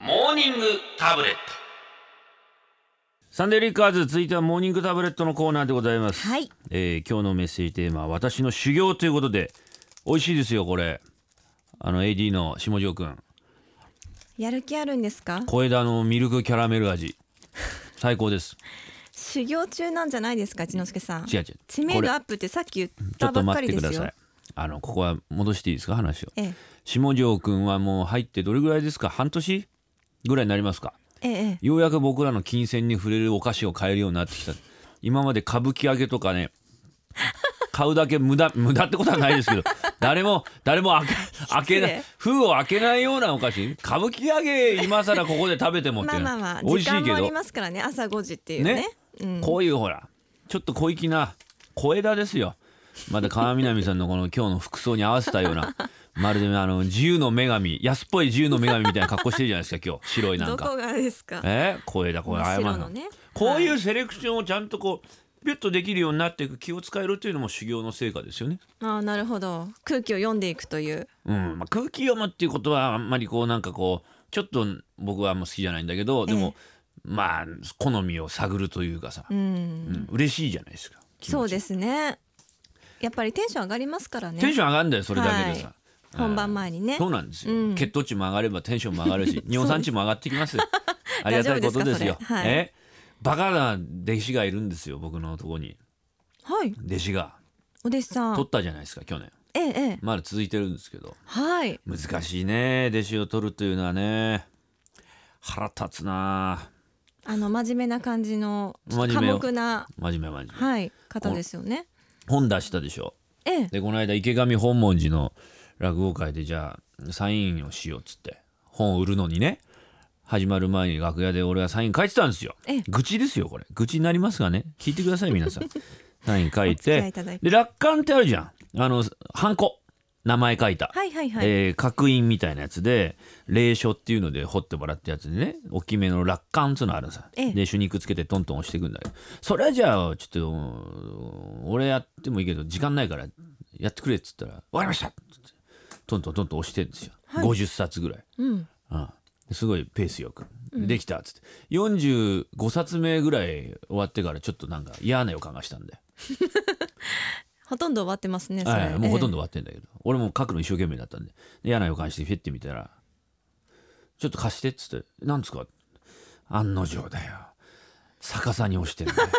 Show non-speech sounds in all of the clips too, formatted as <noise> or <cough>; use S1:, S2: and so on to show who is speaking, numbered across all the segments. S1: ニングタブレット
S2: サンデーリッカーズ続いてはモーニングタブレットのコーナーでございます、
S3: はい
S2: えー今日のメッセージテーマは私の修行ということで美味しいですよこれあの AD の下條くん
S3: やる気あるんですか
S2: 小枝のミルクキャラメル味最高
S3: <laughs>
S2: です
S3: 修行中なんじゃないですか千之助さん
S2: 違う違う
S3: 知名度アップってさっき言っ
S2: ちょ
S3: た
S2: っ
S3: ば
S2: と
S3: っか
S2: 待っ
S3: り
S2: て
S3: で
S2: くだ
S3: すよ
S2: さいあのここは戻していいですか話を
S3: ええ
S2: 下條くんはもう入ってどれぐらいですか半年ぐらいになりますか
S3: ええええ
S2: ようやく僕らの金銭に触れるお菓子を買えるようになってきた今まで歌舞伎揚げとかね <laughs> 買うだけ無駄無駄ってことはないですけど誰も誰も開け開けない
S3: <laughs> 失
S2: 封を開けないようなお菓子歌舞伎揚げ今更ここで食べてもって
S3: ま
S2: い
S3: あ
S2: うの
S3: <laughs> まあまあ
S2: 美味
S3: 時
S2: しい
S3: 間
S2: け
S3: もあ
S2: ど
S3: りますからね朝5時っていうね
S2: ね
S3: うん、
S2: こういうほらちょっと小粋な小枝ですよまた川南さんのこの今日の服装に合わせたようなまるであの自由の女神安っぽい自由の女神みたいな格好してるじゃないですか今日白いなん
S3: ど
S2: か
S3: こがですか
S2: え小枝これ謝
S3: 真っ
S2: る
S3: 白
S2: の
S3: のね
S2: こういう
S3: は
S2: セレクションをちゃんとこうピュッとできるようになっていく気を使えるというのも修行の成果ですよね。
S3: ああなるほど空気を読んでいくという
S2: うんまあ、空気読むっていうことはあんまりこうなんかこうちょっと僕はあんま好きじゃないんだけどでも、まあ好みを探るというかさ、
S3: う
S2: うん
S3: ん、
S2: 嬉しいじゃないですか気持ち
S3: そうですねやっぱりテンション上がりますからね
S2: テンション上がるんだよそれだけでさ、
S3: はい本番前にね
S2: そうなんですよ、
S3: うん
S2: 血糖値も上がればテンションも上が
S3: <laughs>
S2: るし尿酸値も上がってきますよありがたいことですよ
S3: 大丈夫ですかそれはい
S2: えバカな弟子がいるんですよ僕のとこに
S3: はい
S2: 弟子が
S3: お弟子さ
S2: 取
S3: ん
S2: ったじゃないですか去年
S3: ええええ
S2: まだ続いてるんですけど
S3: はい
S2: 難しいね弟子を取るというのはね腹立つな
S3: あの真面目な感じのちょっと
S2: 真面
S3: 寡
S2: 目よ
S3: 黙な
S2: 真面目真面目
S3: はい方ですよね
S2: 本出したでしょ
S3: ええ
S2: でこの間池上本門寺の落語会でじゃあサインをしようっつって本を売るのにね始まる前に楽屋で俺はサイン書いてたんですよ
S3: ええ
S2: 愚痴ですよこれ愚痴になりますがね聞いてください皆さ
S3: <laughs>
S2: んサイン書い
S3: お付き合い
S2: て
S3: いただいて
S2: で楽観ってあるじゃんあのハンコ名前書いた、
S3: はいはいはい、
S2: えー角印みたいなやつで霊書っていうので掘ってもらったやつでね大きめの楽観っつうのあるのさ、
S3: ええ
S2: で手肉つけてトントン押していくんだけどそれはじゃあちょっとうん俺やってもいいけど時間ないからやってくれっつったら「わかりました!」っつってトントントントン押してんですよ、
S3: はい
S2: 50冊ぐらい、
S3: うん
S2: うん、すごいペースよく「できた」っつって45冊目ぐらい終わってからちょっとなんか嫌な予感がしたんで、
S3: ほとんど終わってますねそれ、
S2: はい、もうほとんど終
S3: ど、
S2: わってんだけど、俺も書くの一生懸命だったんでで嫌な予感してフィッて見たら「ちょっと貸して」っつって「何ですか?」案の定だよ逆さに押してるん
S3: <laughs>
S2: だよ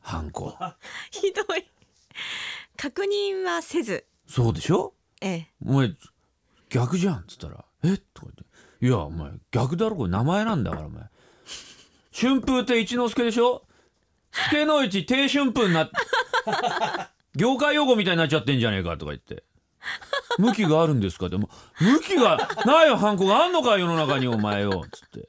S2: ハンコ
S3: <laughs> ひどい確認はせず
S2: そうでしょ
S3: ええ
S2: お前逆じゃんっつったら「えとか言って「いやお前逆だろこれ名前なんだからお前春風亭一之輔でしょ助の一亭春風になっ <laughs> 業界用語みたいになっちゃってんじゃねえか」とか言って「向きがあるんですか?」って「もう向きがないよハンコがあんのかよ世の中にお前よ」っつって。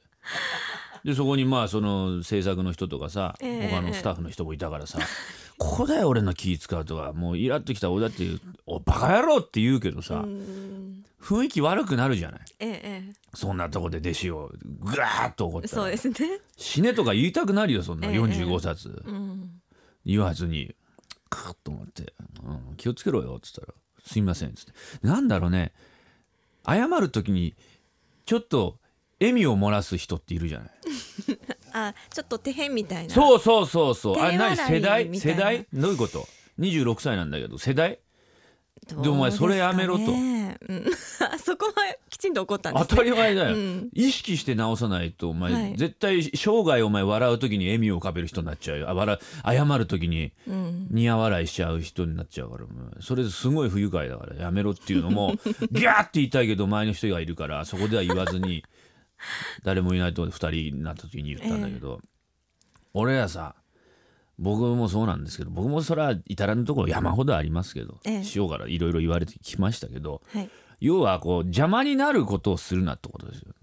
S2: でそこにまあその制作の人とかさ、
S3: ええ
S2: 他のスタッフの人もいたからさ「ここだよ俺の気使うとはもうイラっときた俺だって「おバカ野郎」って言うけどさ、
S3: うん
S2: 雰囲気悪くなるじゃない
S3: えええ
S2: そんなとこで弟子をぐわーっと怒っ
S3: え
S2: た
S3: そう
S2: ら
S3: ですね、
S2: 死ねとか言いたくなるよそんな
S3: ええ
S2: 45冊
S3: うん、
S2: 言わずにカーッと思って、うん気をつけろよ」っつったら「すいません」っつって「なんだろうね謝る時にちょっと笑みを漏らす人っているじゃない
S3: あちょっと手辺みたいな
S2: そうそうそうそうあれ
S3: 手
S2: 何
S3: 笑い
S2: 世代
S3: みた
S2: 世
S3: いな
S2: 代どういうこと26歳なんだけど世代
S3: どう
S2: でお前それやめろと
S3: ですかねうん <laughs> あそこはきちんと怒ったんで
S2: 当
S3: す、ね、
S2: たり前だよ、
S3: うん
S2: 意識して直さないとお前、
S3: はい
S2: 絶対生涯お前笑う時に笑みを浮かべる人になっちゃうよあ笑謝る時に
S3: うん、
S2: 苦笑いしちゃう人になっちゃうからお前それすごい不愉快だからやめろっていうのも
S3: <laughs>
S2: ギャーって言いたいけど前の人がいるからそこでは言わずに <laughs> 誰もいないとこで2人になった時に言ったんだけど、俺らさ僕もそうなんですけど僕もそれは至らぬところ山ほどありますけど、
S3: ええ
S2: 師匠からいろいろ言われてきましたけど、
S3: はい
S2: 要はこう邪魔になることをするなってことですよね。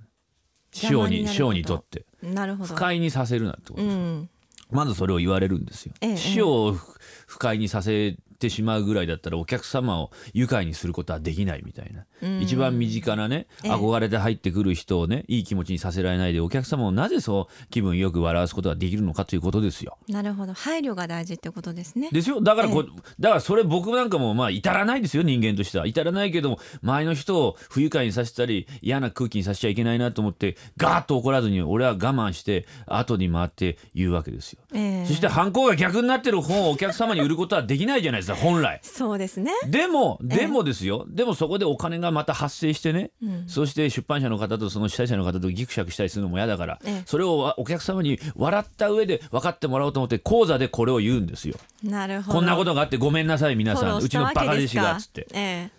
S3: 邪
S2: 塩
S3: 魔に
S2: に
S3: なること
S2: 塩にとって
S3: なるほ
S2: 不
S3: ど
S2: 快にさせるなってこと
S3: う
S2: です、
S3: ん
S2: まずそれを言われるんですよ。
S3: ええ
S2: 塩を不不快にさせってしまうぐらいだったらお客様を愉快にすることはできないみたいな、
S3: うん
S2: 一番身近なね
S3: ええ
S2: 憧れて入ってくる人をねいい気持ちにさせられないでお客様をなぜそう気分よく笑わすことができるのかということですよ。
S3: なるほど配慮が大事ってことですね
S2: ですよだからこ、うだからそれ僕なんかもまあ至らないですよ人間としては至らないけども前の人を不愉快にさせたり嫌な空気にさせちゃいけないなと思ってガーッと怒らずに俺は我慢して後に回って言うわけですよ。
S3: ええ
S2: そして犯行が逆になってる本をお客様に売ることはできないじゃないですか本来。
S3: そうですね
S2: でもでもですよ、でもそこでお金がまた発生してね、
S3: うん
S2: そして出版社の方とその主催者の方とギクシャクしたりするのも嫌だから、
S3: ええ
S2: それをわお客様に笑った上で分かってもらおうと思って講座でこれを言うんですよ。
S3: なるほど
S2: こんなことがあってごめんなさい皆
S3: フォ
S2: さ
S3: ロ
S2: ん
S3: ー
S2: う
S3: し
S2: ち
S3: た
S2: の
S3: わ
S2: バカ
S3: けで
S2: 弟
S3: す
S2: 子が
S3: か
S2: っつって
S3: え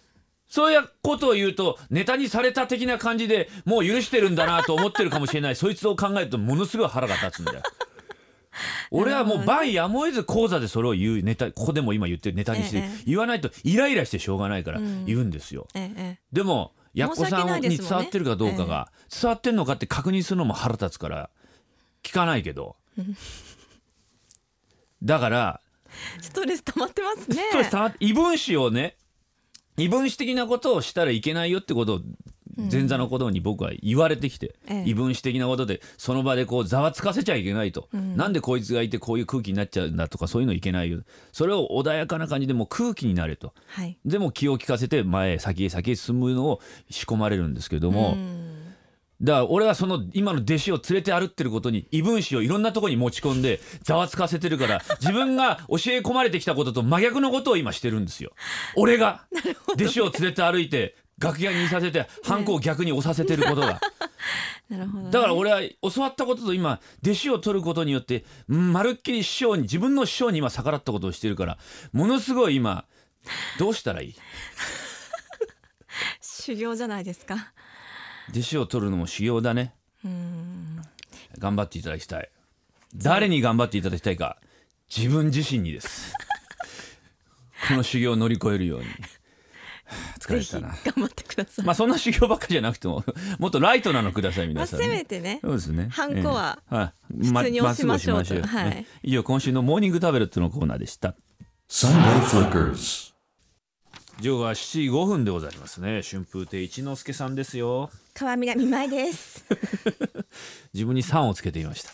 S2: そういうことを言うとネタにされた的な感じでもう許してるんだなと思ってるかもしれ
S3: <laughs>
S2: ないそいつを考えるとものすごい腹が立つんだよ。俺はもう万やむを得ず講座でそれを言うネタここでも今言ってるネタにし
S3: え
S2: て
S3: え
S2: 言わないとイライラしてしょうがないから言うんですよ。
S3: えええ
S2: でもやっこさ
S3: 申し訳なんいで
S2: に
S3: すもんね
S2: 伝わってるかどうかが伝わってんのかって確認するのも腹立つから聞かないけ
S3: <laughs>
S2: ど。だから
S3: えストレス溜まってますね
S2: ストレス溜まって異分子をね異分子的なことをしたらいけないよってことを前座の子供に僕は言われてきて、
S3: ええ
S2: 異分子的なことでその場でこうざわつかせちゃいけないと、なんでこいつがいてこういう空気になっちゃうんだとかそういうのいけないよそれを穏やかな感じでもう空気になれと
S3: はい
S2: でも気を利かせて前へ先へ先へ進むのを仕込まれるんですけども、
S3: うん
S2: だから俺はその今の弟子を連れて歩ってることに異分子をいろんなとこに持ち込んでざわつかせてる
S3: <laughs>
S2: から自分が教え込まれてきたことと真逆のことを今してるんですよ俺が弟子を連れて歩いて楽屋にいさせて反抗を逆に押させてること
S3: <laughs>
S2: が
S3: なるほどね
S2: だから俺は教わったことと今弟子を取ることによってうんまるっきり師匠に自分の師匠に今逆らったことをしてるからものすごい今どうしたらいい
S3: 修行じゃないですか
S2: 弟子を取るのも修行だね
S3: うん
S2: 頑張っていただきたい誰に頑張っていただきたいか自分自身にです
S3: <laughs>
S2: この修行を乗り越えるようにはあ疲
S3: ぜ
S2: れ
S3: ひ
S2: た
S3: 頑
S2: な
S3: 張ってください
S2: まあそんな修行ばっかじゃなくてももっとライトなのください
S3: ま
S2: 皆
S3: あ
S2: さん
S3: せ
S2: ね、
S3: めてね
S2: そうですね
S3: ハンコは
S2: ええはい
S3: 普通に押しましょ
S2: まっ
S3: うと
S2: すぐ押しましょう
S3: はい
S2: 以上今週のモーニング食べるっていうのコーナーでした
S1: Sunday Flickers.
S2: 時刻は7時5分でございますね春風亭一之輔さんですよ
S3: 川南舞です
S2: 自分に3をつけていました、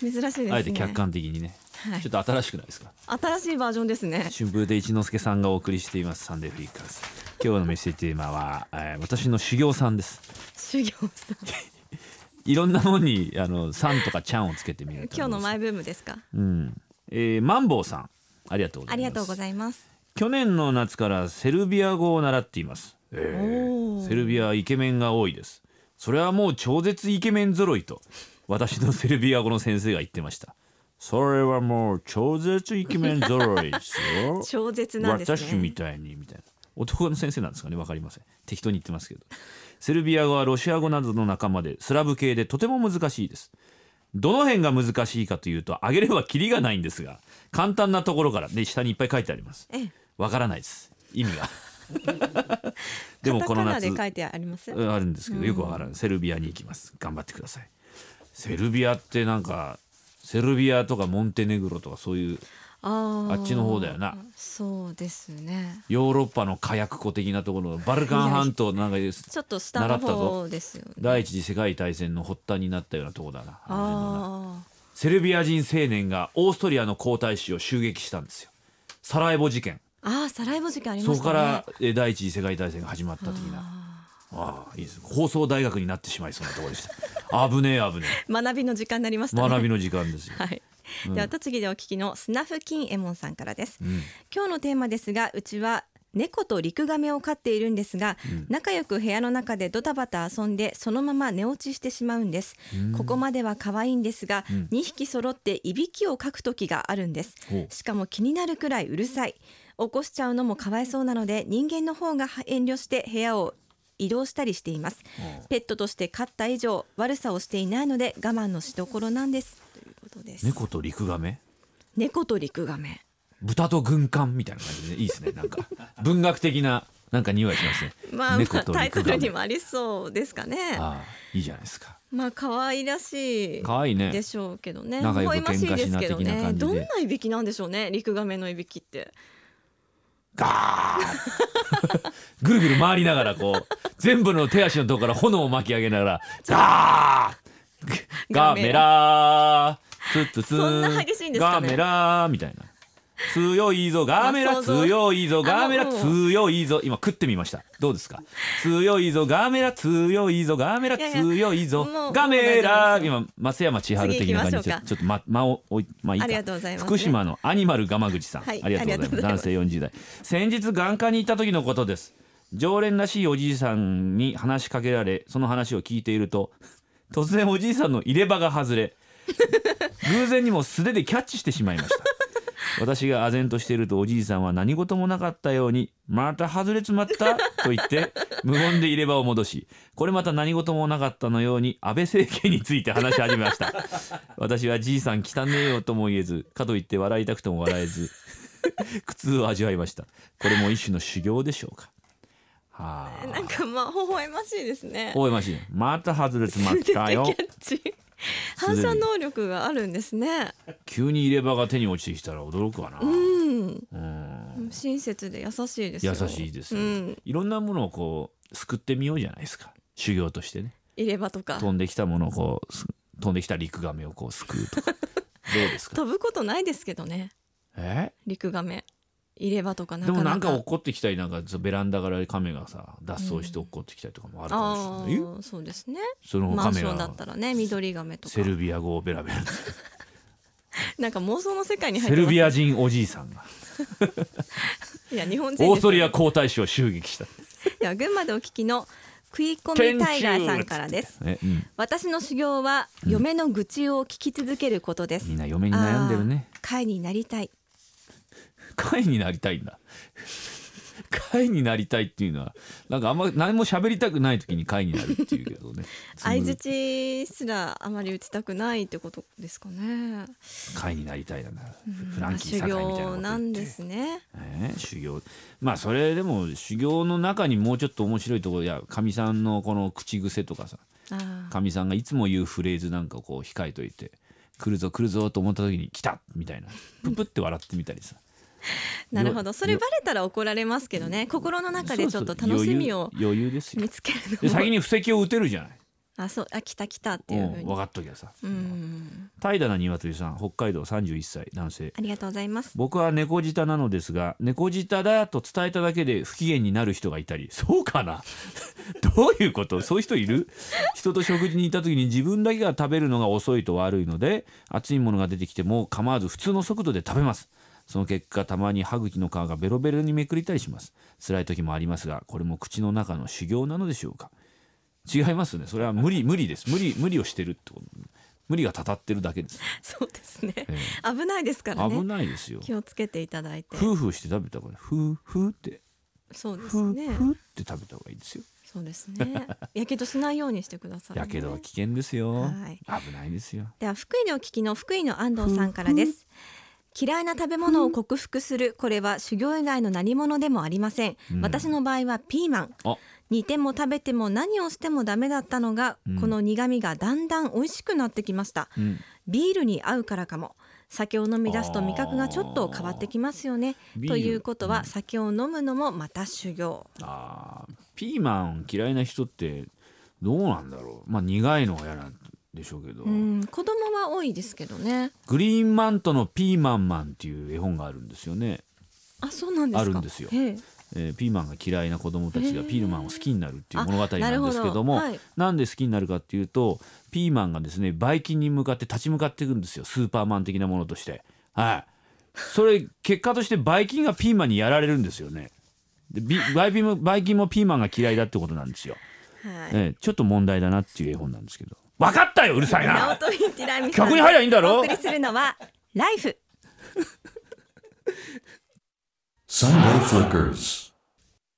S3: 珍しいですね
S2: あえて客観的にね、
S3: はい
S2: ちょっと新しくないですか
S3: 新しいバージョンですね
S2: 春風亭一之輔さんがお送りしていますサンデーフリッカーズ今日のメッセージテーマは、えー私の修行さんです
S3: 修行さん
S2: <laughs> いろんなもんにあのさんとかちゃんをつけてみる
S3: 今日のマイブームですか
S2: うん、えーマンボウさんありがとうござい
S3: あり
S2: ます
S3: がとうございます
S2: 去年の夏からセルビア語を習っています、
S3: おー
S2: セルビアはイケメンが多いですそれはもう超絶イケメン揃いと私のセルビア語の先生が言ってましたそれはもう超絶イケメン揃いですよ
S3: <laughs> 超絶なんですね
S2: 私みたいにみたいな男の先生なんですかねわかりません適当に言ってますけどセルビア語はロシア語などの仲間でスラブ系でとても難しいですどの辺が難しいかというと上げればキリがないんですが簡単なところからで下にいっぱい書いてあります
S3: ええ
S2: わからないです意
S3: <laughs>
S2: 味がで
S3: で
S2: も
S3: も
S2: こ
S3: こ
S2: の
S3: の
S2: 夏
S3: 夏で書いてあります
S2: うんあるんですけどよくわからないセルビアに行きます頑張ってくださいセルビアってなんかセルビアとかモンテネグロとかそういう
S3: あー
S2: あっちの方だよな
S3: そうですね
S2: ヨーロッパの火薬庫的なところのバルカン半島のなんかです
S3: ちょっと下の方ですよね
S2: 第一次世界大戦の発端になったようなところだなあの辺のな
S3: あ
S2: セルビア人青年がオーストリアの皇太子を襲撃したんですよサラエボ事件
S3: ーあーサラエボ事件ありました
S2: そ
S3: ね
S2: こからえー第一次世界大戦が始まった的なああいいです放送大学になってしまいそうなところでした <laughs> 危ねえ危ねえ
S3: 学びの時間になりましたね
S2: 学びの時間
S3: <laughs>
S2: ですよ
S3: はい。では栃木でお聞きのスナフキンエモンさんからです、今日のテーマですがうちは猫とリクガメを飼っているんですが、仲良く部屋の中でドタバタ遊んでそのまま寝落ちしてしまうんです、ここまでは可愛いんですが、2匹揃っていびきをかく時があるんです
S2: ほう
S3: しかも気になるくらいうるさい起こしちゃうのもかわいそうなので人間の方が遠慮して部屋を移動したりしていますペットとして飼った以上悪さをしていないので我慢のしどころなんですということです
S2: 猫と陸亀
S3: 猫とリクガメ
S2: 豚と軍艦みたいな感じでいいですねなんか文学的ななんか匂いしますね
S3: まあ、ま
S2: 猫
S3: あ
S2: と
S3: タイ
S2: 陸
S3: トル
S2: 亀
S3: にもありそうですかね
S2: ああいいじゃないですか
S3: まあ可愛らしい
S2: 可愛いね
S3: でしょうけどね
S2: 仲良く
S3: 微笑ましいですけど
S2: 喧嘩しな的な
S3: ね
S2: 感じで
S3: どんないびきなんでしょうねリクガメのいびきって
S2: ガーッぐるぐる回りながらこう
S3: <laughs>
S2: 全部の手足のとこから炎を巻き上げながらガーッガメラーツッツツーン
S3: そんな激しいんですかね
S2: ガメラーみたいな強いぞガメ
S3: ま
S2: ラ
S3: あ想像
S2: 強いぞガメラ
S3: あもう
S2: 強いぞ今食ってみましたどうですか強いぞガメラ強いぞガメラ
S3: いやいや
S2: 強いぞ
S3: もう
S2: ガメラ
S3: もう大丈夫
S2: ー
S3: です
S2: 今松山千春的な感じで
S3: 次行きましょうか
S2: ちょっとま間を置いまあいいか
S3: ありがとうございます
S2: 福島のアニマルガマ口さん、
S3: はい
S2: ありがとうございます
S3: ありがとうございま
S2: 男
S3: す
S2: 性40代先日眼科に行った時のことです常連らしいおじいさんに話しかけられその話を聞いていると突然おじいさんの入れ歯が外れ偶然にも素手でキャッチしてしまいました私が唖然としているとおじいさんは何事もなかったように「また外れちまった」と言って無言で入れ歯を戻しこれまた何事もなかったのように安倍政権について話し始めました私はじいさん汚ねえよとも言えずかといって笑いたくても笑えず苦痛を味わいましたこれも一種の修行でしょうかは
S3: な
S2: あ
S3: んかまあ微笑ましいですね。
S2: おいましいまた外れちまっ
S3: 出てキ
S2: た
S3: <laughs>
S2: よ
S3: ャッ
S2: <laughs>
S3: チ。反射能力があるんですね。
S2: 急に入れ歯が手に落ちてきたら驚くわな
S3: うん、
S2: うん
S3: 親切で優しいですよ。
S2: 優しいです
S3: う
S2: よ、
S3: ん、
S2: いろんなものをこう救ってみようじゃないですか修行としてね
S3: 入れ歯とか
S2: 飛んできたものをこうす飛んできた陸亀をこう救うと
S3: <laughs>
S2: かどうですか
S3: 飛ぶことないですけどね。
S2: え
S3: 陸亀入れ歯とかな
S2: で
S3: か
S2: もな
S3: なん
S2: か
S3: か。
S2: 落っこってきたりなんかそうベランダから亀がさ脱走して落っこってきたりとかもあるか
S3: あ
S2: もしれない、
S3: あ、そうですね。
S2: その
S3: マン
S2: 亀
S3: ションだ
S2: が
S3: ったらね、緑亀とか
S2: セ。ルビア語をベラベラ
S3: なんか妄想の世界に入
S2: セ
S3: って
S2: ル
S3: ます。
S2: ビア人おじいさん
S3: <laughs>
S2: が
S3: いや、日本人ですよ。
S2: オーストリア皇太子を襲撃した
S3: では群馬でお聞きの食い込みタイガーさんからです。
S2: ね、うん、
S3: 私の修行は嫁の愚痴を聞き続けることです。
S2: みんな嫁に悩んでるね
S3: あー。会になりたい。
S2: 会になりたいんだ会になりたいっていうのはなんかあんま何も喋りたくない時に会になるっていうけど
S3: <laughs>
S2: ね
S3: 相槌すらあまり打ちたくないってことですかね。
S2: 会になりたいなんだフ
S3: ま
S2: ラ
S3: あ
S2: ンキー
S3: 修
S2: 堺みたいなこと
S3: 行
S2: 言って
S3: なんですね。
S2: えー修行まあそれでも修行の中にもうちょっと面白いところいやかみさんのこの口癖とかさ
S3: ああ、
S2: かみさんがいつも言うフレーズなんかをこう控えといて来るぞ来るぞと思った時に来たみたいなププって笑ってみたりさ
S3: なるほど。それバレたら怒られますけどね。心の中でちょっと楽しみを
S2: そうそう余裕余裕ですよ
S3: 見つける
S2: で
S3: の
S2: 先
S3: も。
S2: に布石を打てるじゃない
S3: あ、そう、あ、来た来たっていうふう
S2: うん分
S3: に。
S2: かっときゃさ
S3: うん、
S2: 平田なにわとりさん北海道31歳男性
S3: ありがとうございます。 <laughs>
S2: 僕は猫舌なのですが猫舌だと伝えただけで不機嫌になる人がいたりそうかな <laughs> どういうことそういう人いる人と食事に行った時に自分だけが食べるのが遅いと悪いので熱いものが出てきても構わず普通の速度で食べますその結果たまに歯茎の皮がベロベロにめくりたりします辛い時もありますがこれも口の中の修行なのでしょうか違いますねそれは無理無理です無理無理をしてるってこと無理がたたってるだけです、
S3: そうですね。
S2: え
S3: 危ないですから
S2: え危
S3: ね。
S2: ないですよ
S3: 気をつけていただいて。
S2: 夫婦して食べた方がいいふうふうって
S3: そうです
S2: ふう
S3: ね。
S2: ふうって食べた方がいいですよ
S3: そうですね。やけどしないようにしてください、ね。
S2: やけどは危険ですよ、
S3: はい
S2: 危ないですよ
S3: では福井でお聞きの福井の安藤さんからです。嫌いな食べ物を克服するこれは修行以外の何物でもありません、
S2: うん
S3: 私の場合はピーマン
S2: あ
S3: 煮ても食べても何をしてもダメだったのが、
S2: うん
S3: この苦味がだんだん美味しくなってきました
S2: うん
S3: ビールに合うからかも酒を飲み出すと味覚がちょっと変わってきますよね
S2: あー
S3: ということ
S2: ビールう
S3: は
S2: ん
S3: 酒を飲むのもまた修行
S2: あーピーマン嫌いな人ってどうなんだろうまあ苦いのが嫌なんでしょうけど、
S3: うん子供は多いですけどね
S2: グリーンマントのピーマンマンっていう絵本があるんですよね、
S3: あそうなんですか
S2: あるんですよ
S3: ええ
S2: えーピーマンが嫌いな子供たちが
S3: へー
S2: ピーマンを好きになるっていう
S3: あ
S2: 物語なんですけども
S3: な
S2: な
S3: るほどはい
S2: んで好きになるかっていうとピーマンがですねバイキンに向かって立ち向かっていくんですよスーパーマン的なものとしてはいそれ結果としてバイキンがピーマンにやられるんですよねでビバイキンもバイキンもピーマンが嫌いだってことなんですよ、
S3: はい
S2: えーちょっと問題だなっていう絵本なんですけど分かったようるさい
S3: ナオ
S2: な
S3: トインティラミさん
S2: 曲に入りゃいいんだ
S3: お
S2: ろ
S3: 送りするのはライフ
S1: Sunday Flickers.